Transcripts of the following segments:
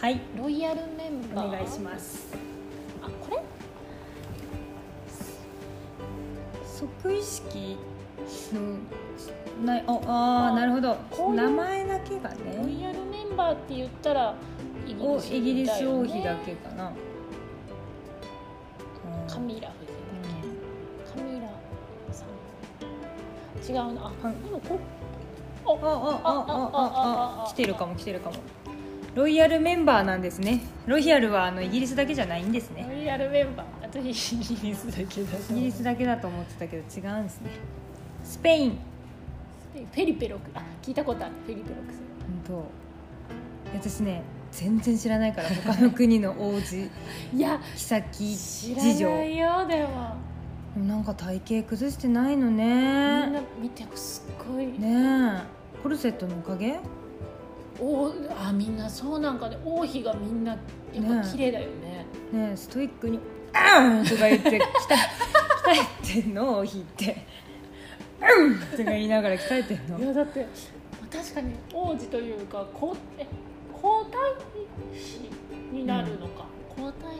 はいロイヤルメンおバー願いしますあこれ即意識のないおああーなるほどこういう名前だけがロイねヤルメンバーって言ったらイギおリス,、イギリス王妃だけかな、うんカミラ夫人だっけカミラさん違うなあはでいもこああああああ来てるかも来てるかもロイヤルメンバーなんですねロイヤルはあのイギリスだけじゃないんですねロイヤルメンバーあとイギリスだけだイギリスだけだと思ってたけど違うんですねスペインフェリペロクあ聞いたことあるフェリペロクス本当私ね全然知らないから他の国の王子いや妃知事ら情ないよでもなんか体型崩してないのみねんな見てすっごい、ねえコルセットのおかげおあみんなそうなんかね王妃がみんなやっぱ綺麗だよねねえストイックに「あん!」とか言って鍛え 鍛えてんの王妃って「うん!」とか言いながら鍛えてんのいやだって確かに王子というか皇え皇太子になるのか、皇太子になる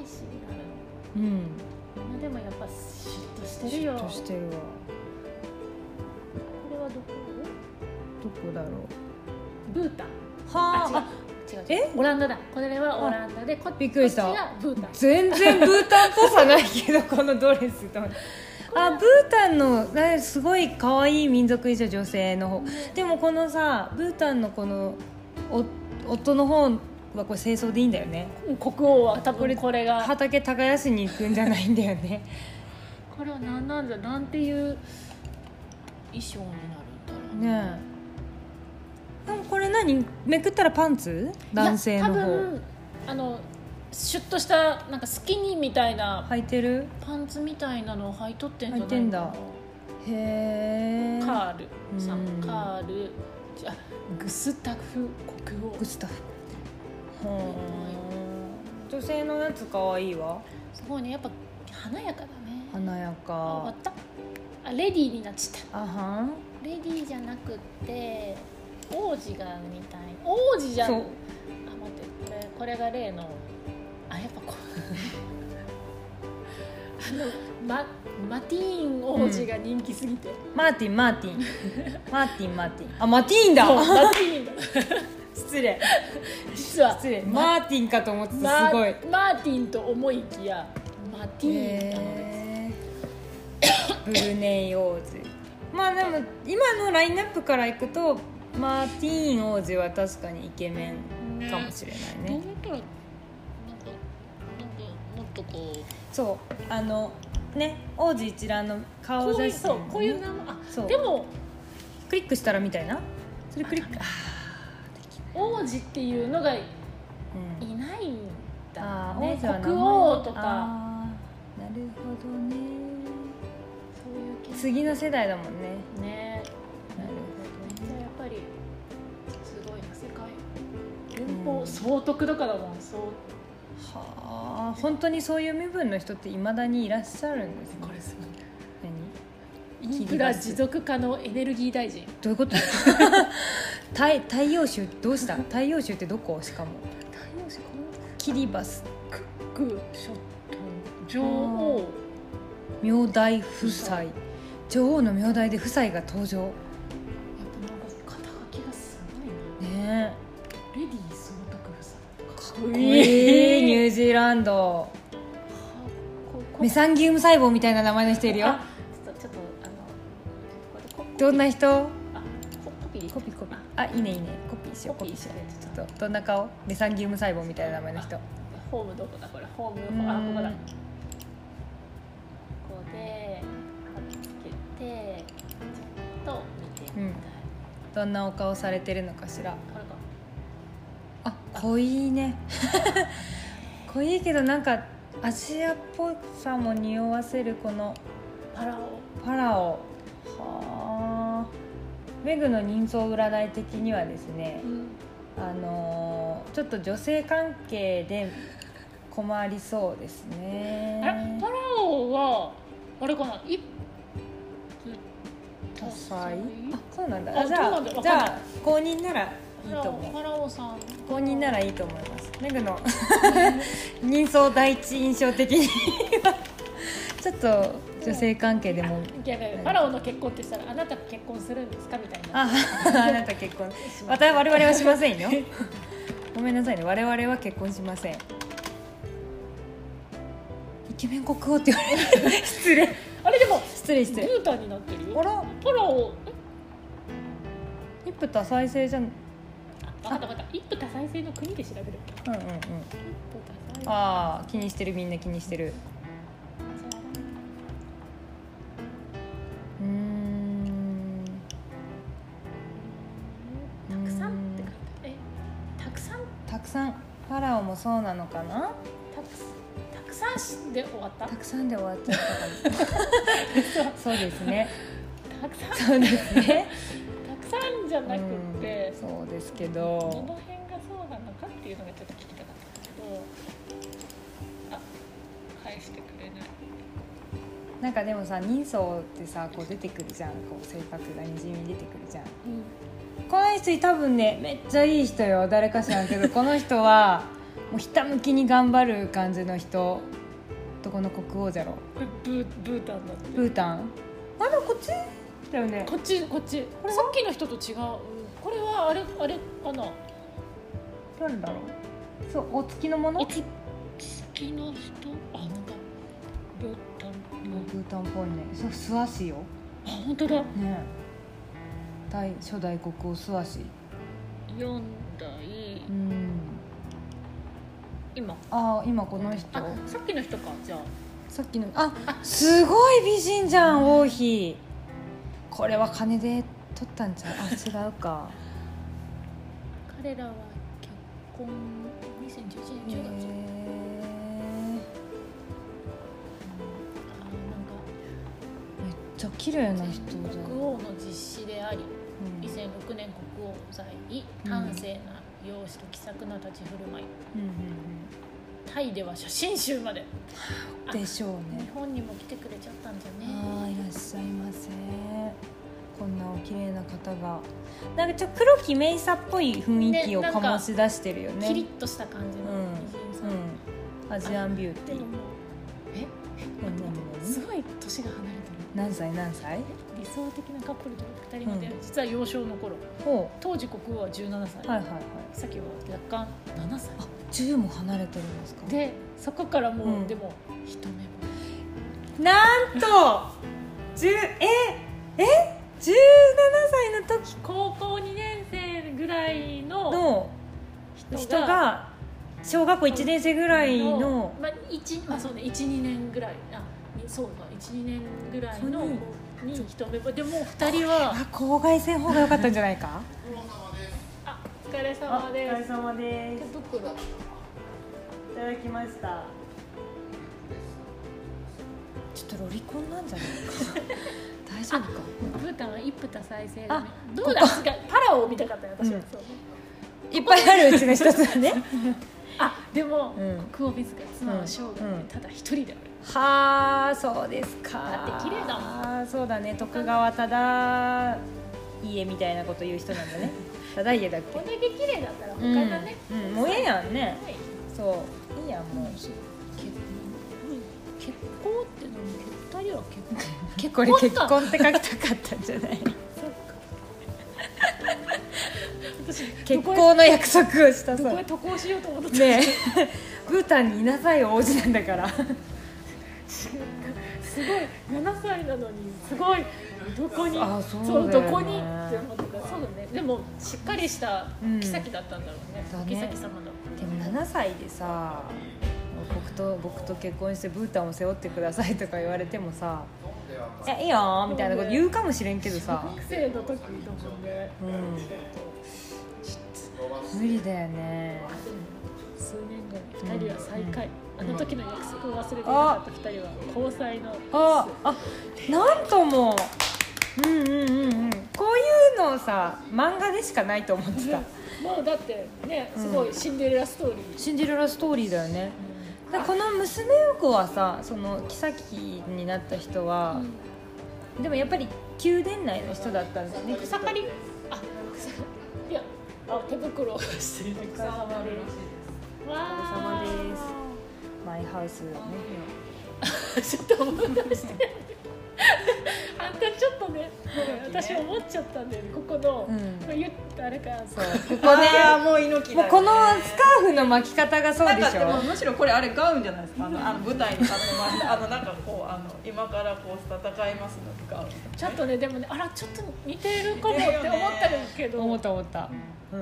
うんのまあでもやっぱシュッとしてる嫉よ妬してるわこれはどこどこだろうブータンはああ違う違うえオランダだこれはオランダでこびっくりしたこっちがブータン全然ブータンっぽさないけどこのドレスと思ってあブータンのねすごい可愛い民族衣装女性の方でもこのさブータンのこのお夫の方はこれ清掃でいいんだよね国王は多分これが畑耕しに行くんじゃないんだよねこれは何なんだなんていう衣装になるんだろうねえでもこれ何めくったらパンツ男性のいや多方分あのシュッとしたなんかスキニーみたいな履いてるパンツみたいなのを履いとってんじゃない履いてんだへえカールさうんんカールあグスタフ国王グスタフほう女性のやつ可愛いわすごいねやっぱ華やかだね華やあ終わかったあレディーになっちゃっあはんたレディーじゃなくって王子がみたい王子じゃんあそ待うってこれこれが例のあやっぱこう あのママティーン王子が人気すぎて、マーティンマーテ ィンマーティンマーティンあマティーンだそうマティーンだ失礼実は失礼 マーティンかと思ってたマすごいマーティンと思いきやマティーンなのですへーブルネイ王子まあでも今のラインナップからいくとマーティーン王子は確かにイケメンかもしれなどういねやったらなんかなんかもっとこうそうあのね王子一覧の顔こうい写う真そうこういう名前そあうでもクリックしたらみたいなそれクリックあ王子っていうのがいうんないんだあーね王子は名前国王とかあーなるほどねそういう系次の世代だもんねねなるじゃあやっぱりすごいな世界連う邦ん総督とかだもんそうほどはあ本当にそういう身分の人っていまだにいらっしゃるんですねこれすごい何インフラ持続可能エネルギー大臣どういうこと 太太陽州どうした太陽州ってどこしかも太陽神キリバスクックショット女王明大夫妻女王の明大で夫妻が登場やっぱなんか肩書きがすごいなねレディー総督夫妻えかかっこいいニュージーランドここメサンギウム細胞みたいな名前の人いるよあちょっとちょっとあのこれこどんな人あココピーコピコピあいいねいいねコピーしようココピピーーししてよちょっうちょっとどんな顔メサンギウム細胞みたいな名前の人ホームどこだこれホームうーんあここだここで貼っつけてちょっと見てみたい、どんなお顔されてるのかしらこれかあ濃いね 濃いけどなんかアジアっぽさも匂わせるこのパラオパラオはあメグの人相占い的にはですねうんあのーちょっと女性関係で困りそうですあねれパラオはあれかな一夫多妻彩あそうなんだああじゃそうなんだわかあんじないゃあ公認ならいいと思うファラオさん公認ならいいと思いますメグの人相第一印象的にちょっと女性関係でもいやいやファラオの結婚ってしたらあなた結婚するんですかみたいなああなた結婚また我々はしませんよごめんなさいね我々は結婚しませんイケメン国王って言われる失礼あれでも失礼ブ失礼ータンになってるあよらファラオ一夫多妻制じゃんうんあ分かった分かった一夫多妻制の国で調べるうんうん一夫多妻制ああ気にしてるみんな気にしてるうーんたくさんって書いてあるえたくさんたくさんファラオもそうなのかなたくさんたくさんしで終わったたくさんで終わっちゃったかも そうですねたくさんそうですねたくさんじゃなくって、うんそうですけどどの辺がそうなのかっていうのがちょっと聞きたかったんだけどあ返してくれないなんかでもさ人相ってさこう出てくるじゃんこう性格がにじみ出てくるじゃんこの人多分ねめっちゃいい人よ誰か知らん けどこの人はもうひたむきに頑張る感じの人どこの国王じゃろこれブーブータンだってブータンあでもこっちだよねこっちこっちこれはさっきの人と違うこれはあれあれかななんだろうそうお付きのものおつきの人あ本当ブータンブータンっぽいねそうスワシよあ本当だね大初代国王スワシ四代うん今ああ今この人あさっきの人かじゃあさっきのあすごい美人じゃん王妃これは金で取ったんちゃうあ違う か彼らは結婚2011へ年10月、えあなんかめっちゃ綺麗な人だ国王の実施でありうん2006年国王在位うん端正な容姿と気さくな立ち振る舞いうんうんタイでは写真集までうんでしょう日ね本にも来てくれちゃったんじゃねああいらっしゃいませこんなお綺麗な方がなんかちょっと黒木メイサっぽい雰囲気をねなんか醸し出してるよねキリッとした感じのうん美人さん、うんアジアンビューテでィーももうえ何何えすごい年が離れて何歳何歳る理想的なカップルと2人も出会うう実は幼少の頃ほ当時国王は17歳、うはいはいはいさっきは若干7歳あ10も離れてるんですかでそこからもう、うんでも一目もなんと10ええ17歳の時高校2年生ぐらいのの人が小学校1年生ぐらいのまあ一まあそうね12年ぐらいあにそうか12年ぐらいのそうね子に一目ぼでも2人はあ郊外線方が良かったんじゃないかあお疲れ様です様で手袋いただきましたちょっとロリコンなんじゃない か大丈夫かブータンは一夫多妻制だねあどうだ違うパラオを見たかったよ私は、うんそうねいっぱいあるうちの一つだねあでも、 うん国王自ら妻は生涯うでんただ一人である、はあそうですかだって綺麗だもんあーそうだね徳川忠家みたいなこと言う人なん だね忠家だっけこんだけ綺麗だったら他うんがね、うんもうええやんねないそういいやんもう結婚ってのも二人は結婚結構結婚って書きたかったんじゃない私結婚の約束をしたどそこへう渡航しようと思ったねえ ブータンにいなさい王子なんだからすごい7歳なのにすごいどこにあそうだよねどこにって思ってたそうだねでもしっかりした妃だったんだろうね、うんだ妃ね様だでも7歳でさ僕と僕と結婚してブータンを背負ってくださいとか言われてもさ「いやいいよー」みたいなこと言うかもしれんけどさ、学生の時だもんねうん、無理だよね数年後二人は再会、あの時の約束を忘れてなあかった二人は交際のああなんともうんうんうんうんこういうのをさ漫画でしかないと思ってたもうだってねすごいシンデレラストーリー、シンデレラストーリーだよねだからこの娘子はさその妃になった人は、でもやっぱり宮殿内の人だったんだよね草刈りあ草刈りいやあ手袋をしてるお疲れ様でお疲れ様ですマイハウスをねちょっと思い出して。あんたちょっとね、ごめん私思っちゃったんだよね、ここの、うんこれ言ったあれか、そうここあねーもう猪木もだうよ ねこのスカーフの巻き方がそうなんでかしでょもむしろこれあれガウンじゃないですかあのあの舞台に立ってますあのなんかこうあの今からこう戦いますのガウンちょっとね、でもね、あら、ちょっと似てるかもって思ったけど。思った思った、う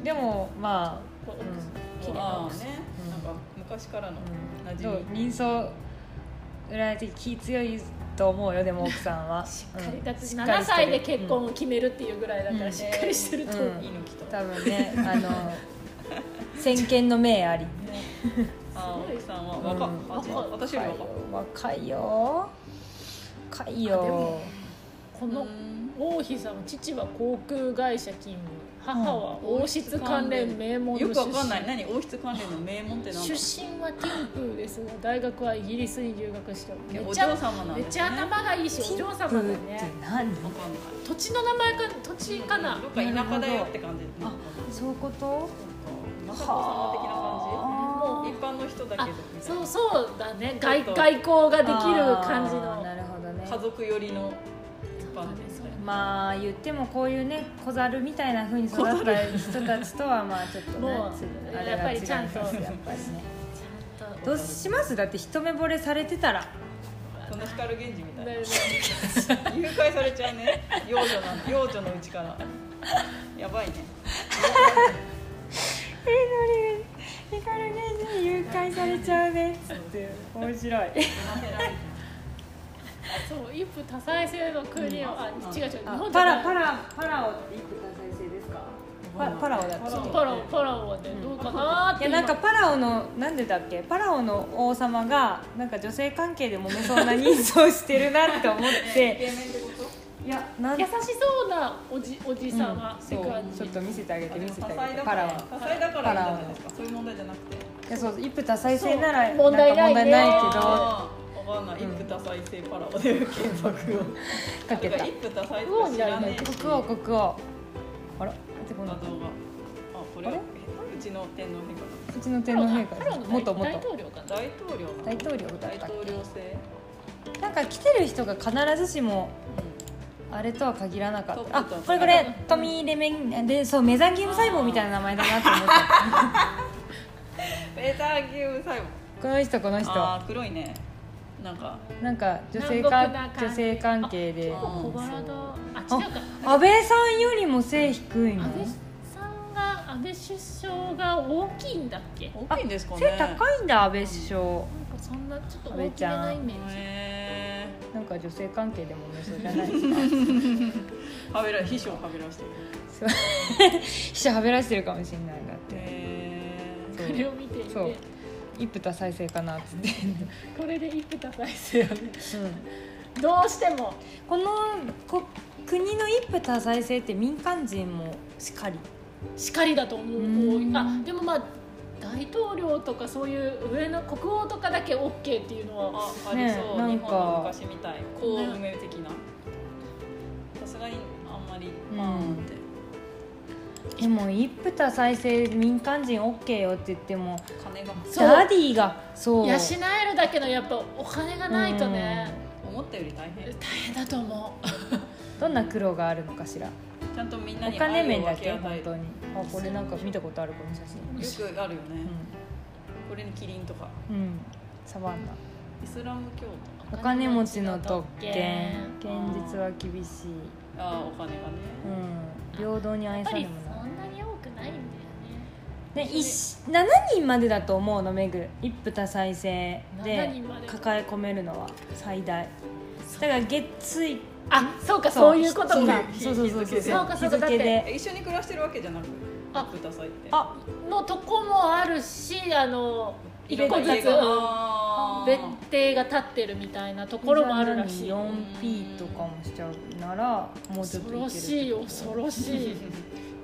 ん、でもまこうう綺麗なああねうんなんか昔からのあ、う馴ん、染どみう人相裏的気強いと思うよでも奥さんは ししっかりだってっかり7してる歳で結婚を決めるっていうぐらいだかうらんしっかりしてると思う、うん猪木と多分ねあ の先見の明ありねあー奥さんは若うんあじゃあ私より若若いよ若いあでよもこの王妃さん父は航空会社勤務母は王室関連名門の出よ身くわかんない何王室関連の名門ってなん出だ身はティンプーですが大学はイギリスに留学しておりめねおっ嬢ちゃ様なんめっですちねゃわかんな頭がいいしお嬢様だティンプねって何い土地の名前か土地かなどっか田舎だよって感じあそういうこと雅子様的な感はあじ一般の人だあけどみたいそうなそうだねちょっ外と外交ができる感じあーのなるほどね家族寄りの一般の人まあ言ってもこういうね小猿みたいな風に育った人たちとはまあちょっとねもうつやっぱりちゃんとあれが違いますやっぱりねちゃんとどうしますだって一目惚れされてたらその光源氏みたいなだよね誘拐されちゃうね幼女なん幼女のうちからやばいねえのり光源氏に誘拐されちゃうねって面白いそう一夫多妻制の国を、あ違う違う日本パラパラパラオっていく再生ですかパパラオだっパラオけパラオパラオはね、どうかなーっいてやなんか今パラオのなんでだっけパラオの王様がなんか女性関係で揉めそうな人 相してるなって思って平面ってこといやなん優しそうなおじおじさんは、うんって感じちょっと見せてあげてで見もせ多てあ彩だげてかパラオら多彩だからいいんじゃないですかそういう問題じゃなくていやそう一夫多妻制ならそう問題ないねんか問題ないあーわかんない一夫多妻制パラオで検索をけどかけだかたら一夫多妻とか知らねえし国王国王あら出てこ画な像いがあこれあはれうちの天皇陛下うちのパ天ラ皇オだ陛パラ下でオすの元大元統領かな大統領なの大統領だったっけ大統領制なんか来てる人が必ずしもあれとは限らなかったあトップとこれこれトミー・レメンでそうメザンギウム細胞みたいな名前だなと 思ったベターゲーム細胞この人この人あー黒いねなんかなんか女性南国なか感じ女性関係であうん小柄だあ違うか安倍さんよりも背低いの安倍さんが安倍首相が大きいんだっけなんか大きいんですかね背高いんだ安倍首相そんなちょっと安倍大きちめゃなんイメージ、へーなんか女性関係でもねそうじゃないですか はべら秘書をはべらしてるそう飛車はべらしてるかもしれないだってへーこれを見ていてそう一夫多妻制かなっつって、これで一夫多妻制よねどうしてもこのこ国の一夫多妻制って民間人もしかりしかりだと思ううんあでもまあ大統領とかそういう上の国王とかだけ OK っていうのはあありそねう、日なんか本の昔みたい公務員的なさすがにあんまりうんパーンってでも一夫多妻制民間人 OK よって言っても金がそうダディがそう養えるだけのやっぱお金がないとね思ったより大変大変だと思うどんな苦労があるのかしらちゃんとみんなおに金面だ分けけ与本え当にあこれなんか見たことあるこの写真よくあるよね、これにキリンとかうん、うん、サバンナイスラム教お徒金持ちの特権現権実は厳しい、ああお金がねうん、平等にや愛っさぱれりもそなんなに多くないんだよねい、ね、一7人までだと思うのメグ一夫多妻制7で人まで抱え込めるのは最大だから月水あそうかそういうことかそう日そうそうそう日付でそうそうかそうか日付だっでえ一緒に暮らしてるわけじゃなくあくださいってあのとこもあるしあの一いろん個なず家つがあー別邸が立ってるみたいなところもあるらしい 4P とかもしちゃうならもうちょっ恐といけるろしい恐ろしい イ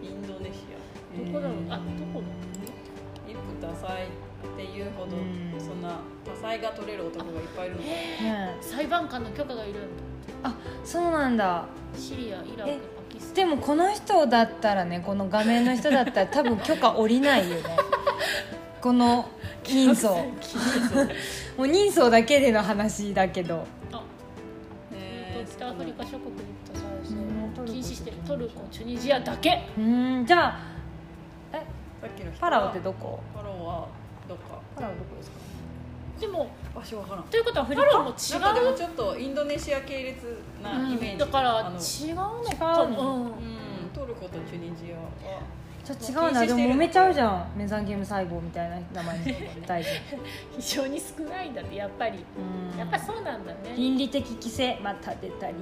ンドネシどこだろうあどこだア一夫多妻っていうほうどんそんな多妻が取れる男がいっぱいいるのかねえ裁判官の許可がいるんだそうなんだシリアイラクえきそうでもこの人だったらねこの画面の人だったら多分許可下りな いよねこの人相もう人相だけでの話だけど あえ北アフリカ諸国に行った際ですねうんもう禁止してるトルコチュニジアだけうーんじゃあさっきの人はパラオってどこパラオはどっかパラオどこですかでも場所わからんということはアフリカもなんかで違もうちょっとインドネシア系列なイメージ、うんだからあの違うのか違うのもうんトルコとチュニジアはちょっと違うなでも揉めちゃうじゃんメザンゲーム細胞みたいな名前に大事非常に少ないんだってやっぱり うんやっぱそうなんだね倫理的規制また出た倫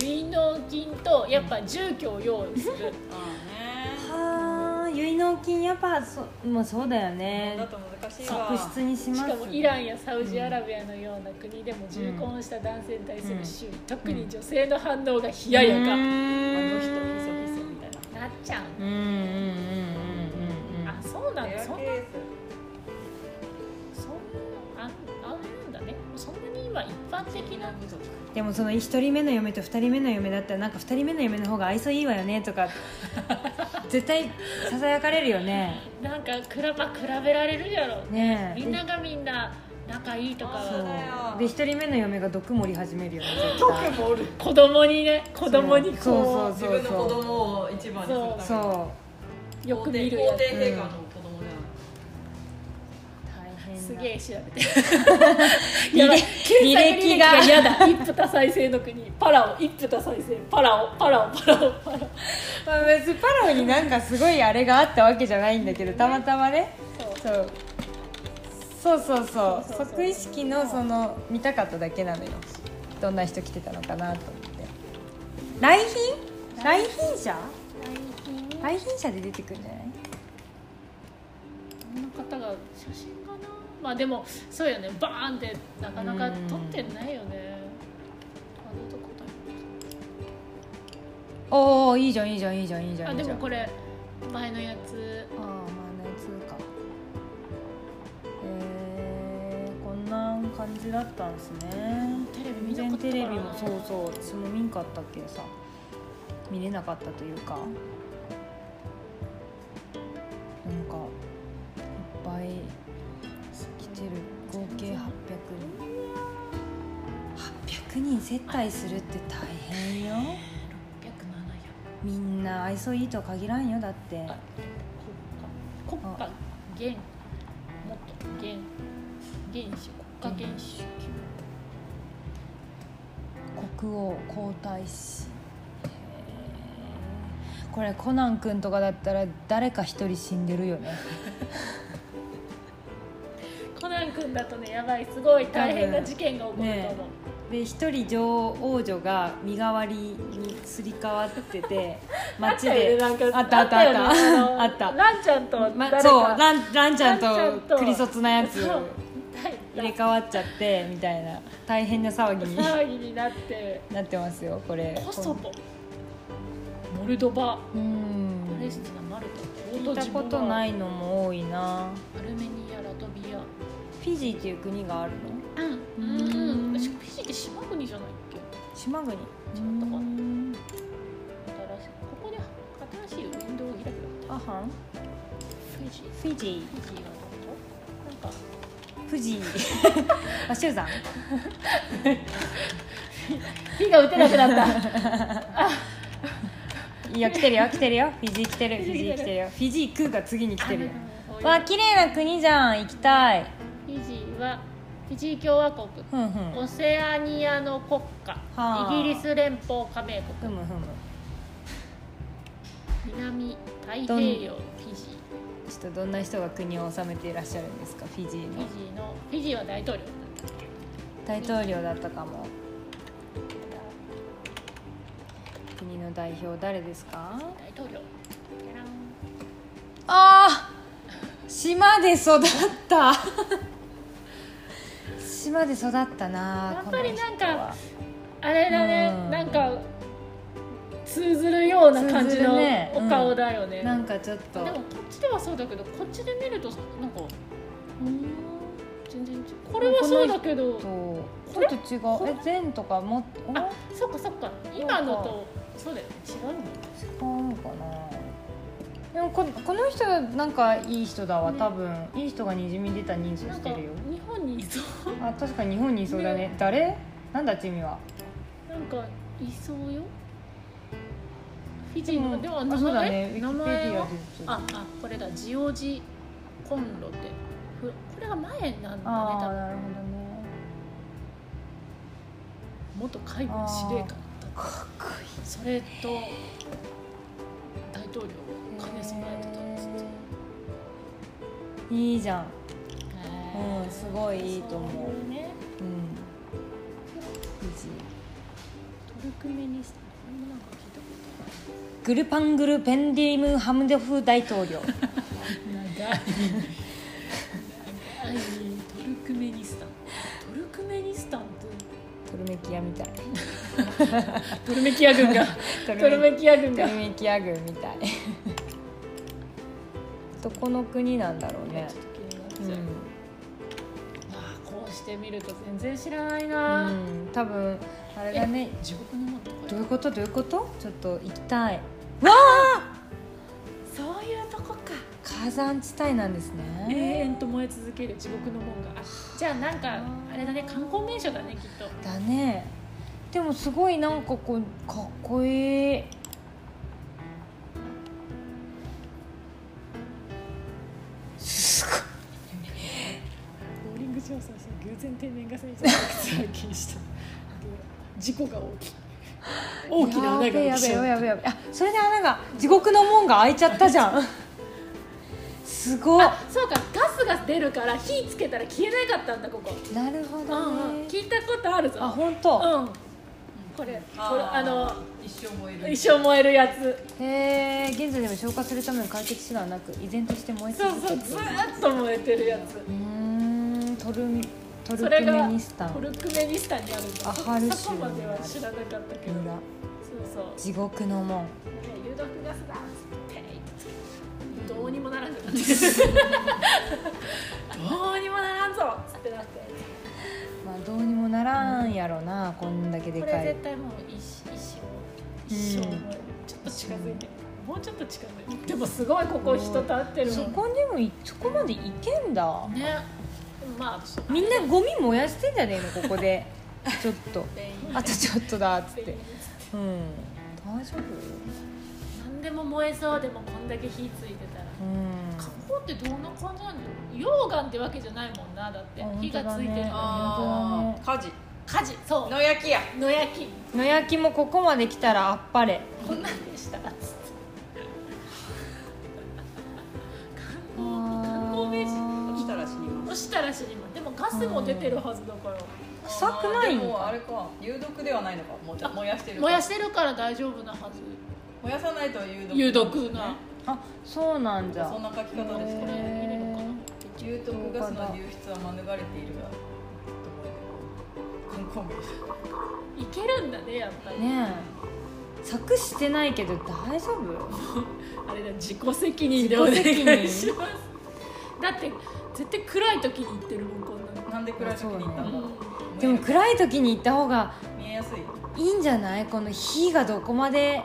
理結納金とやっぱ住居を用意するあはあ結納金やっぱそ,、まあ、そうだよあねねだと難しいわ確執にししますかもイランやサウジアラビアのような国でも重婚した男性に対する周囲、特に女性の反応が冷ややか、なっうーあんの人ヒソヒソみたいなちゃううんうんうんうんうんあそうなんレだアケそんなそーんなああれなんだねそんなに今一般的スな部族でもその1人目の嫁と2人目の嫁だったらなんか2人目の嫁の方が愛想いいわよねとか絶対ささやかれるよねなんか比べ比べられるやろねえみんながみんな仲いいとかそうそうだよで1人目の嫁が毒盛り始めるよね絶対僕もおる子供にね子供にこうそうそう自分の子供を一番にするためにそよく見るや皇つ帝陛下の子供じう大変だすげえ調 べてやばい検履歴索履歴が嫌だ一夫多妻制の国パラオ一夫多妻制パラオパラオパラオパラオまあ、別にパラオになんかすごいあれがあったわけじゃないんだけどたまたまねそうそうそそううそうそうそうそう即意識のその見たかっただけなのよどんな人来てたのかなと思って来賓来賓者来賓者で出てくるんじゃないこんな方が写真かなまあでもそうよねバーンってなかなか撮ってないよねあのとこだおおいいじゃんいいじゃんいいじゃんいいじゃんあいいでじゃんもこれ前のやつああまあねつうかえー、こんな感じだったんですねテレビ見全なかった然かテらレビなもそうそう私も見んかったっけさ見れなかったというかなんかいっぱい来てる合計800人800人接待するって大変よ107みんな愛想いいとは限らんよだってあ国家国家元元元元首国家元国王皇太子へーこれコナン君とかだったら誰か一人死んでるよね首コナン君だとねやばいすごい大変な事件が起こると思う、で一人女王王女が身代わりにすり替わっ てて街であったよねあったあったあったああっったたランちゃんと誰か、ま、そうランランちゃラんンちゃとんとクリソツなやつそう入れ入替わっちゃってみたいな大変な騒ぎに騒ぎになってなってますよこれコソボモルドバうんパレスチナマルタ聞いたことないいのも多いなアルメニアラトビアフィジーっていう国があるのうんんうんしかもフィジーって島国じゃないっけ島国ったかなうん新しいここで新しいウィンドウを開くのアハフンィジーフフィジーィジーはどこなんか富士 あシュウさん火が打てなくな ったいや来てるよ来てるよフィジー来てるフフィィジジーー来来ててるよフィジー空が次に来てるよわわあフ綺麗な国じゃん行きたいィジーはフィジー共和国ふんふんオセアニアの国家、あイギリス連邦加盟国ふむふむ南太平洋フィジちょっとどんな人が国を治めていらっしゃるんですかフィジーーフのィジーのフィジーは大統領だったっ大統領だったかもけ国の代表誰ですか大統領ギャランあー島で育った 島で育ったなやっぱりなんかこの人はあれだねうんなんか通ずるような感通じずるのねお顔だよねなんかちょっとでもこっちではそうだけどこっちで見るとなんかうーん全然違うこれはそうだけどとこれちょっと違うえ前とかもっあそっかそっか今のとそうだよね白いもん違うのかなでもここの人はなんかいい人だわ、ね多分いい人がにじみ出た人相なんしかてるよ日本にいそうあ確かに日本にいそうだねね誰なんだチミはなんかいそうよフィジーの、うんでもあ名そうだ前,、ねウィキペデ名ィアで前言はってたああこれだジオジコンロってふこれが前なんだねあ多あ分なるほどね元海軍司令官だったかっこいいそれと大統領を兼ね備えてたんですっていいじゃへんーうんすごいいいと思うそういねうんトルクメニスタンこれもなんか聞いたこグルパングルペンディムハムデフ大統領とない長い長いトルクメニスタントルクメニスタンってトルメキアみたいトルメキア軍が トトルメキア軍トがルメキア軍みたいどこの国なんだろうねちょっと気になっちゃう、うんああこうしてみると全然知らないうな、ん、多分あれだね地獄の門とかどういうことどういうことちょっと行きたいそういうとこか火山地帯なんです永ね、遠と燃え続ける地獄の門があじゃあなんかあれだね観光名所だねきっとだねでもすごいなんかこうかっこいいすごいボーリング場さん偶然定年が過ぎちゃった発見した事故が起き大きな穴がや起べきえちやべえゃやうべえやべえあそれで穴が地獄の門が開いちゃったじゃんすごいあそうかガスが出るから火つけたら消えなかったんだここなるほうんうどね、ん聞いたことあるぞあ本当、うんこれこれあのー一生燃える一生燃えるやつへえ現在でも消化するための解決手段はなく依然として燃えそう続けそうているずーっと燃えてるやつうーんトルミトルそクれメがニスタトンルクメニスタンにあるんだアハル州そこまでは知らなかったけど村そうそう地獄の門ね有毒ガスだっつってどうにもな らんぞどうにもならんぞっつってなってまあどうにもならんやろな、こんだけでこかれい絶対もう一生一生うん燃えるちょっと近づいてもうちょっと近づいてでもすごいここ人立ってるそもこにもいそこまで行けんだんねまあそうみんなゴミ燃やしてんじゃねえのここでちょっと全員あとちょっとだっつっ全て員うん大丈夫何でも燃えそうでもこんだけ火ついてたらうん火口ってどんな感じなんだろう溶岩ってわけじゃないもんなだってあ本火当がだつねいてるだああ火事け火事そう野焼きや野焼き野焼きもここまで来たらあっぱれこんなんでした観光観光名あ人落ちたら死にます落ちたら死にますでもガスも出てるはずだから臭くないんあーでもかあれか有毒ではないのかもうちょ燃やしてる燃やししてるから大丈夫なはず燃やさないと有毒有毒なあそうなんじゃそんな書き方ですこかれね入れるかな有毒ガスの流出は免れているがどこでもいけるんだねやっぱり、ねえ柵してないけど大丈夫あれだ自己責任でお願いします自己だって絶対暗い時に行ってるもんこんなのなんで暗い時に行ったんだろうでも暗い時に行った方が見えやすいいいんじゃないこの火がどこまで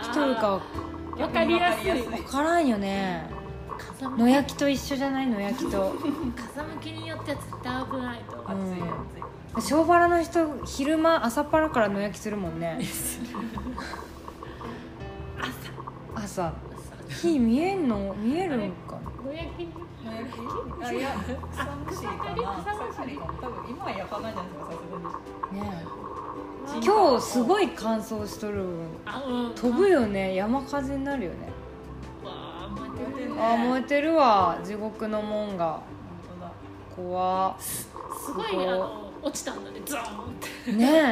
来とるかあーわかりやすいわかりやすい分からんよね風向野焼きと一緒じゃない野焼き とき風向きによっては絶対危ないと思う暑い暑い小腹の人昼間朝っぱらから野焼きするもん ね朝火見えんの見えるんか野焼きに野焼きあいや草むしりかな草むしり草むしりかも多分今は焼かないんじゃないですかさねすえがに今日すいごい乾燥しとるあうん飛ぶよね山風になるよねわあ待ってるねあー燃えてるわ地獄の門が本当怖っすごいあの落ちたんだねゾーンってねえだ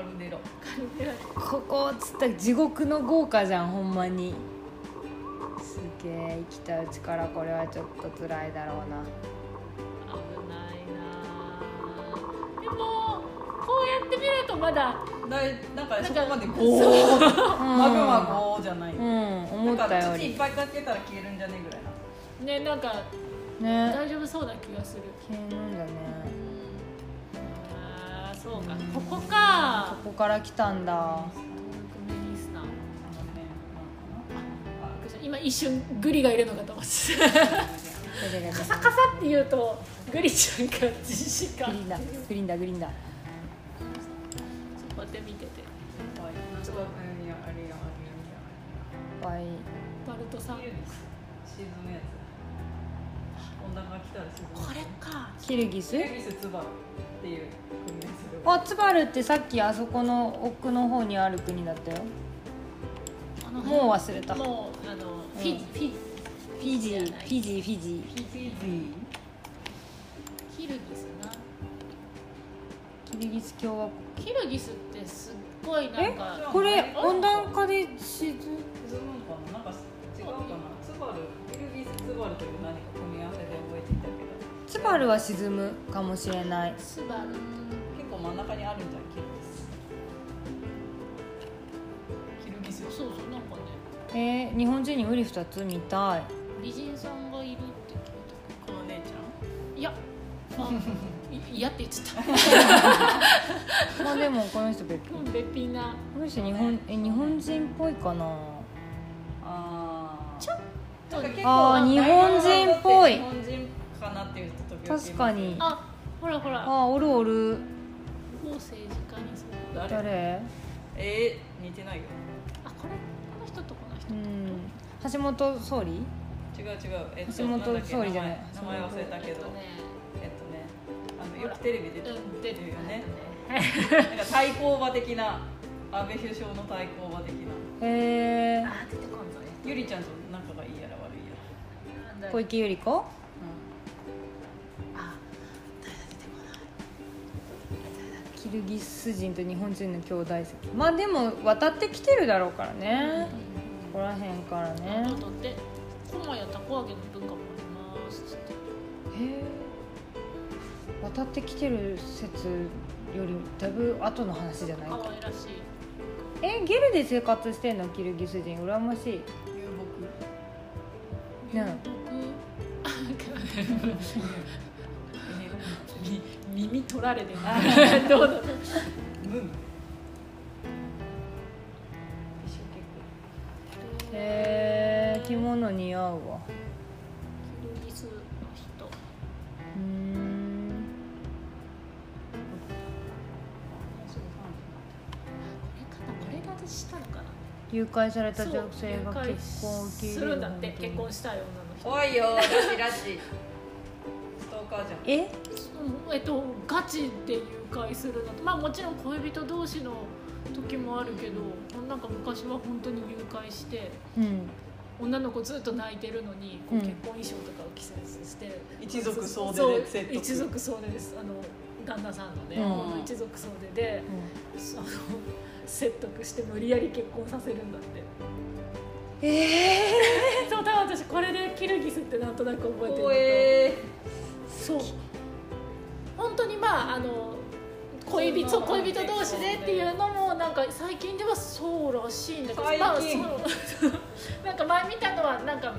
カルデロ軽くなってここっつったら地獄の豪華じゃんほんまにすげえ生きたうちからこれはちょっと辛いだろうな危ないなあでもこうやってみるとまだだいなんかなんかそこまでゴーマグマゴーじゃないうん思っなんたよか土いっりぱいかけたら消えるんじゃねえぐらいなねなんかね大丈夫そうな気がする消えるんだねあーそうかここかここから来たんだ トルクメニ一瞬グリがいるのかと思ってそれがねカサカサって言うとグリちゃんが自信があグっリーンてだグリーンだグリーンだそこで見てて可愛いバルトさんこ沈むやつ温暖化来たら沈むれかキルギスエビスツバっていう組み合わせであツバルってさっきあそこの奥の方にある国だったよあのもう忘れたフもうあのフィ、うんフィフィジーじフゃないィジーフィジィフィキルギスなーキルギス共和国キルギスってすっごいなんかこれ温暖化で沈沈むのかななんか違うかなツバルエビスツバルという何か組み合わせで覚えていたけどツバルは沈むかもしれないスバル結構真ん中にあるんじゃんキルギスキルギスそうそうなんかねえー、日本人にウリ二つ見たい美人さんがいるって聞いたこのお姉ちゃいやあいい やって言っちゃっまあでもこの人別たこべっぴんなの人日本え日本人っぽいかなんあーとなんか結構あー日本人っぽい日本人かなっていう人時々います確かにあほらほらもあおるおるう政治家にする誰誰えー、似てないよあこれこの人とこの人うん橋本総理違う違うえっと橋本なんだっけ総理じゃない名前名前忘れたけえっどとねえっとねあのよくテレビ出てるうん出てるよよねねなんか対抗馬的な安倍首相の対抗馬的なえー、あ出てこんぞねゆりちゃんと仲がいいやら悪いやなんだ小池百合子ら、あキルギス人と日本人の兄弟席まあでも渡ってきてるだろうからね、ここら辺からねだって駒やたこ揚げの文化もありますっつってへえ渡ってきてる説よりだいぶ後の話じゃない可愛らしいえゲルで生活してんのキルギス人羨ましいうん、遊牧 な遊牧 み耳取られてある どう だろうムーム一生懸へえ着物似合うわキルギスの人うーん命すぐこれかなこれがしたのかな誘拐されたそう女性が結婚を受け入れするんだって結婚したい女の人怖いよラジラジストーカーじゃんえうんえっとガチで誘拐するなんてまあもちろん恋人同士の時もあるけどなんか昔は本当に誘拐してうん女の子ずっと泣いてるのにこううん結婚衣装とかを着せして、一族総出でそう説得一族総出ですあの旦那さんのね、うん一族総出でその説得して無理やり結婚させるんだってええそう多分私これでキルギスってなんとなく覚えてるんだ怖けどえそう本当にまああの恋人そう恋人同士でっていうのもなんか最近ではそうらしいんだけど、最近まあ、そう なんか前見たのはなんか、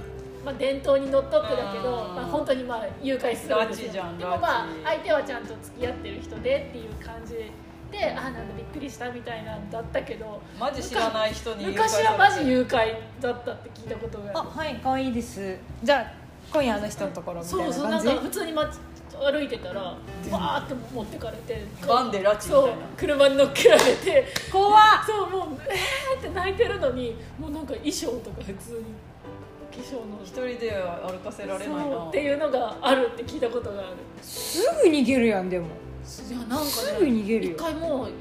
まあ、伝統にのっとってだけどあーまあ、本当にまあ誘拐するんですガチよじゃんでもまあガチ相手はちゃんと付き合ってる人でっていう感じであーなんだびっくりしたみたいなんだったけどマジ知らない人に誘拐さ昔れてはマジ誘拐だったって聞いたことがあるあはい可愛いですじゃあ今夜あの人のところみたいそうなそうな感んじか普通に街歩いてたらわーって持ってかれてバンで拉致みたいなそう車に乗っけられて怖っそうもうえーって泣いてるのにもうなんか衣装とか普通に化粧の一人では歩かせられないそうなっていうのがあるって聞いたことがあるすぐ逃げるやんでもいやなんかねすぐ逃げるよ一回もう結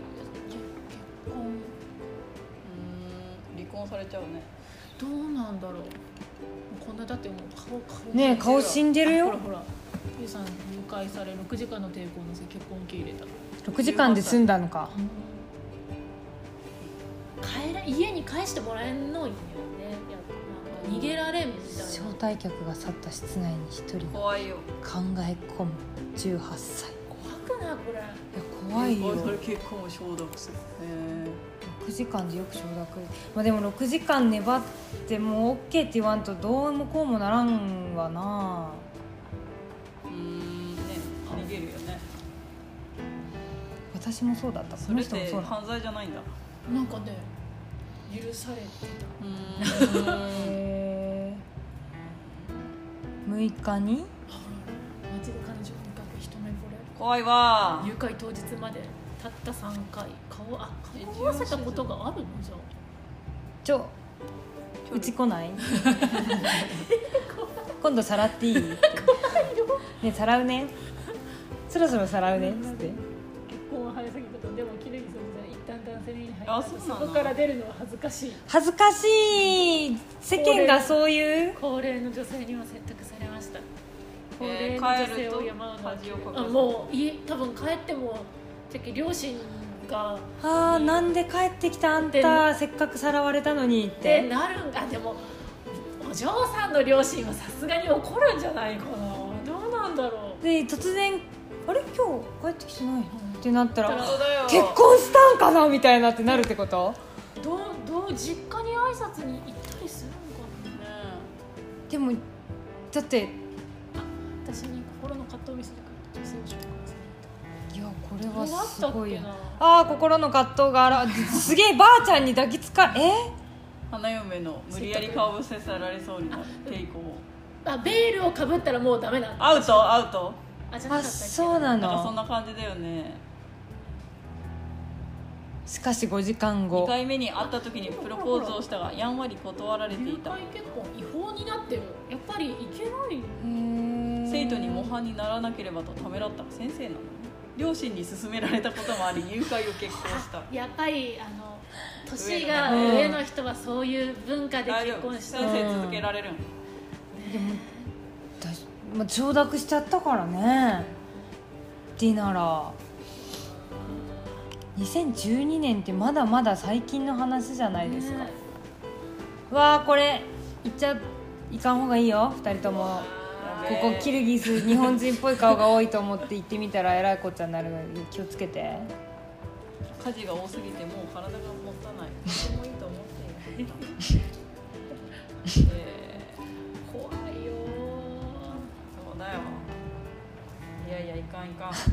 うーん離婚されちゃうね婚どうなんだろうもうこんなだってもう顔顔ねえ顔死んでるほらよほらゆうさん誘拐され6時間の抵抗のせい結婚受け入れた6時間で済んだのか帰ら家に返してもらえんのいいよねやっぱなんか逃げられんみたいな招待客が去った室内に一人が怖いよ考え込む18歳い怖くないこれや怖いよそれ結婚を承諾するへ6時間でよく承諾まあでも6時間粘ってもう OK って言わんとどうもこうもならんわなえうーんね逃げるよね私もそうだったそこのれっ人もてそうだった犯罪じゃな いんだなんかね許されてうーんへ6日に街で彼女を見かけ一目惚れ怖いわ誘拐当日までたった3回顔あ顔を合わせたことがあるのじゃちょうち来 ない今度さらっていいねえさらうねそろそろさらうねっつって結婚は早すぎたとでも綺麗にするじゃ一旦男性に入あっそうてなそのこから出るのは恥ずかしい恥ずかしい世間がそういう高齢の女性には説得されました高え齢ーの女性を山の帰ると恥をかかあすもう家多分帰ってもじゃっけ両親があーなんで帰ってきたあんたせっかくさらわれたのにっっててなるんあでもお嬢さんの両親はさすがに怒るんじゃないかなどうなんだろうで突然「あれ今日帰ってきてないの?」ってなっだたらか本当だよ「結婚したんかな?」みたいなってなるってことどうどう実家に挨拶に行ったりするのかねなでもだって私に心の葛藤を見せてくれた女性を紹介すいやこれるはすごいどうだなったっけなあー心の葛藤があらすげえばあちゃんに抱きつかえ花嫁の無理やり顔伏せさられそうになって以降あベールをかぶったらもうダメなんだアウトアウトあじゃなかあったっけそうななんかそんのな感じだよねしかし5時間2後回目に会った時にプロポーズをしたがやんわり断られてい誘た拐結婚違法になってるやっぱりいけないよ生生徒に模範にならなければとためらった先生なのね両親に勧められたこともあり誘拐を結婚したやっぱりあの年が上のね上の人はそういう文化で大丈結夫婚した先生続けられるんだしまあ、承諾しちゃったからねディナラ2012年ってまだまだ最近の話じゃないですか、ねわあこれいっちゃいかんほうがいいよ2人ともここキルギス日本人っぽい顔が多いと思って行ってみたらえらいこっちゃになるので気をつけて家事が多すぎてもう体が持たないとてもいいと思っているえー怖いよそうだよいやいやいかんいかんちょっ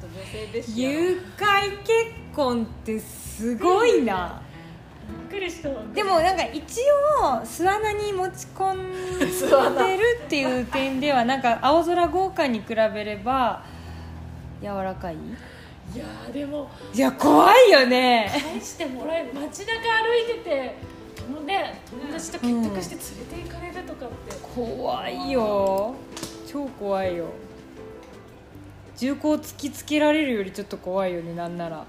と女性でしよ誘拐結婚ってすごいなびっくりしたでもなんか一応巣穴に持ち込んでるっていう点ではなんか青空豪華に比べれば柔らかいいやーでもいや怖いよね返してもらえる街中歩いてて友,、ね、友達と結託して連れて行かれるとかって、怖いよ超怖いよ銃口突きつけられるよりちょっと怖いよねなんなら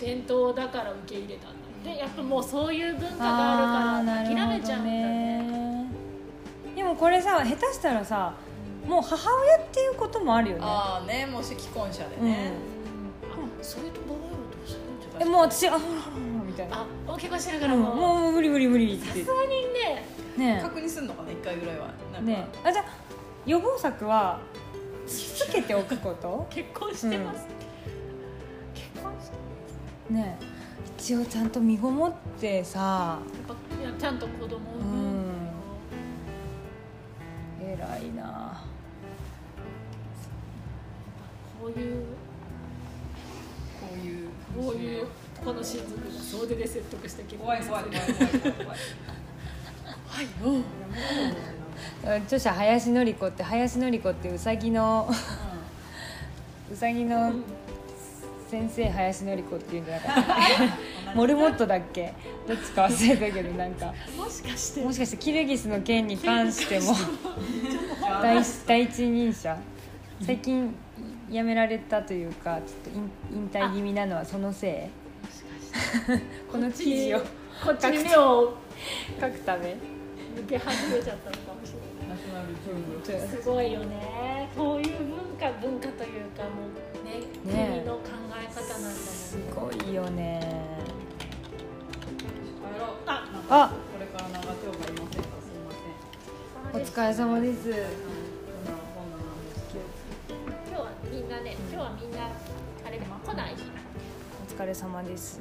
伝統だから受け入れたんだでやっぱもうそういう文化があるから諦めちゃうんだねでもこれさ下手したらさもう母親っていうこともあるよねああねもし既婚者でねね、あそういうところはどうするんじゃないえもう私あほらほらほらみたいなあお結婚してるからうんもう、もうもう無理無理無理っさてすがにねね確認するのかな一回ぐらいはなんか、えねえあじゃあ予防策はつけておくこと結婚してます、結婚してねえ一応ちゃんと身ごもってさやっぱいやちゃんと子供を産む、うん偉いなこういうこういうこういうこの親族が総出で説得して結怖婚いする怖い怖い怖い怖い怖い怖いよ著者林典子って林典子ってうさぎの うさぎの先生林典子っていうんじゃなかった モルモットだっけどっちか忘れたけどなんかもしかしてもしかしてキルギスの件に関しても第一第一人者最近辞められたというかちょっと引引退気味なのはそのせいこの記事をこっちに目を書くため向け始めちゃったのかもしれないナショナルブームすごいよねこういう文化文化というかもうねね国の考え方なんだもんすごいよね帰ろうあなんかあこれから長丁場いませんかすいませんお疲れ様ですそんなこんななんですけど今日はみんなね今日はみんなあれでも来ない日お疲れ様です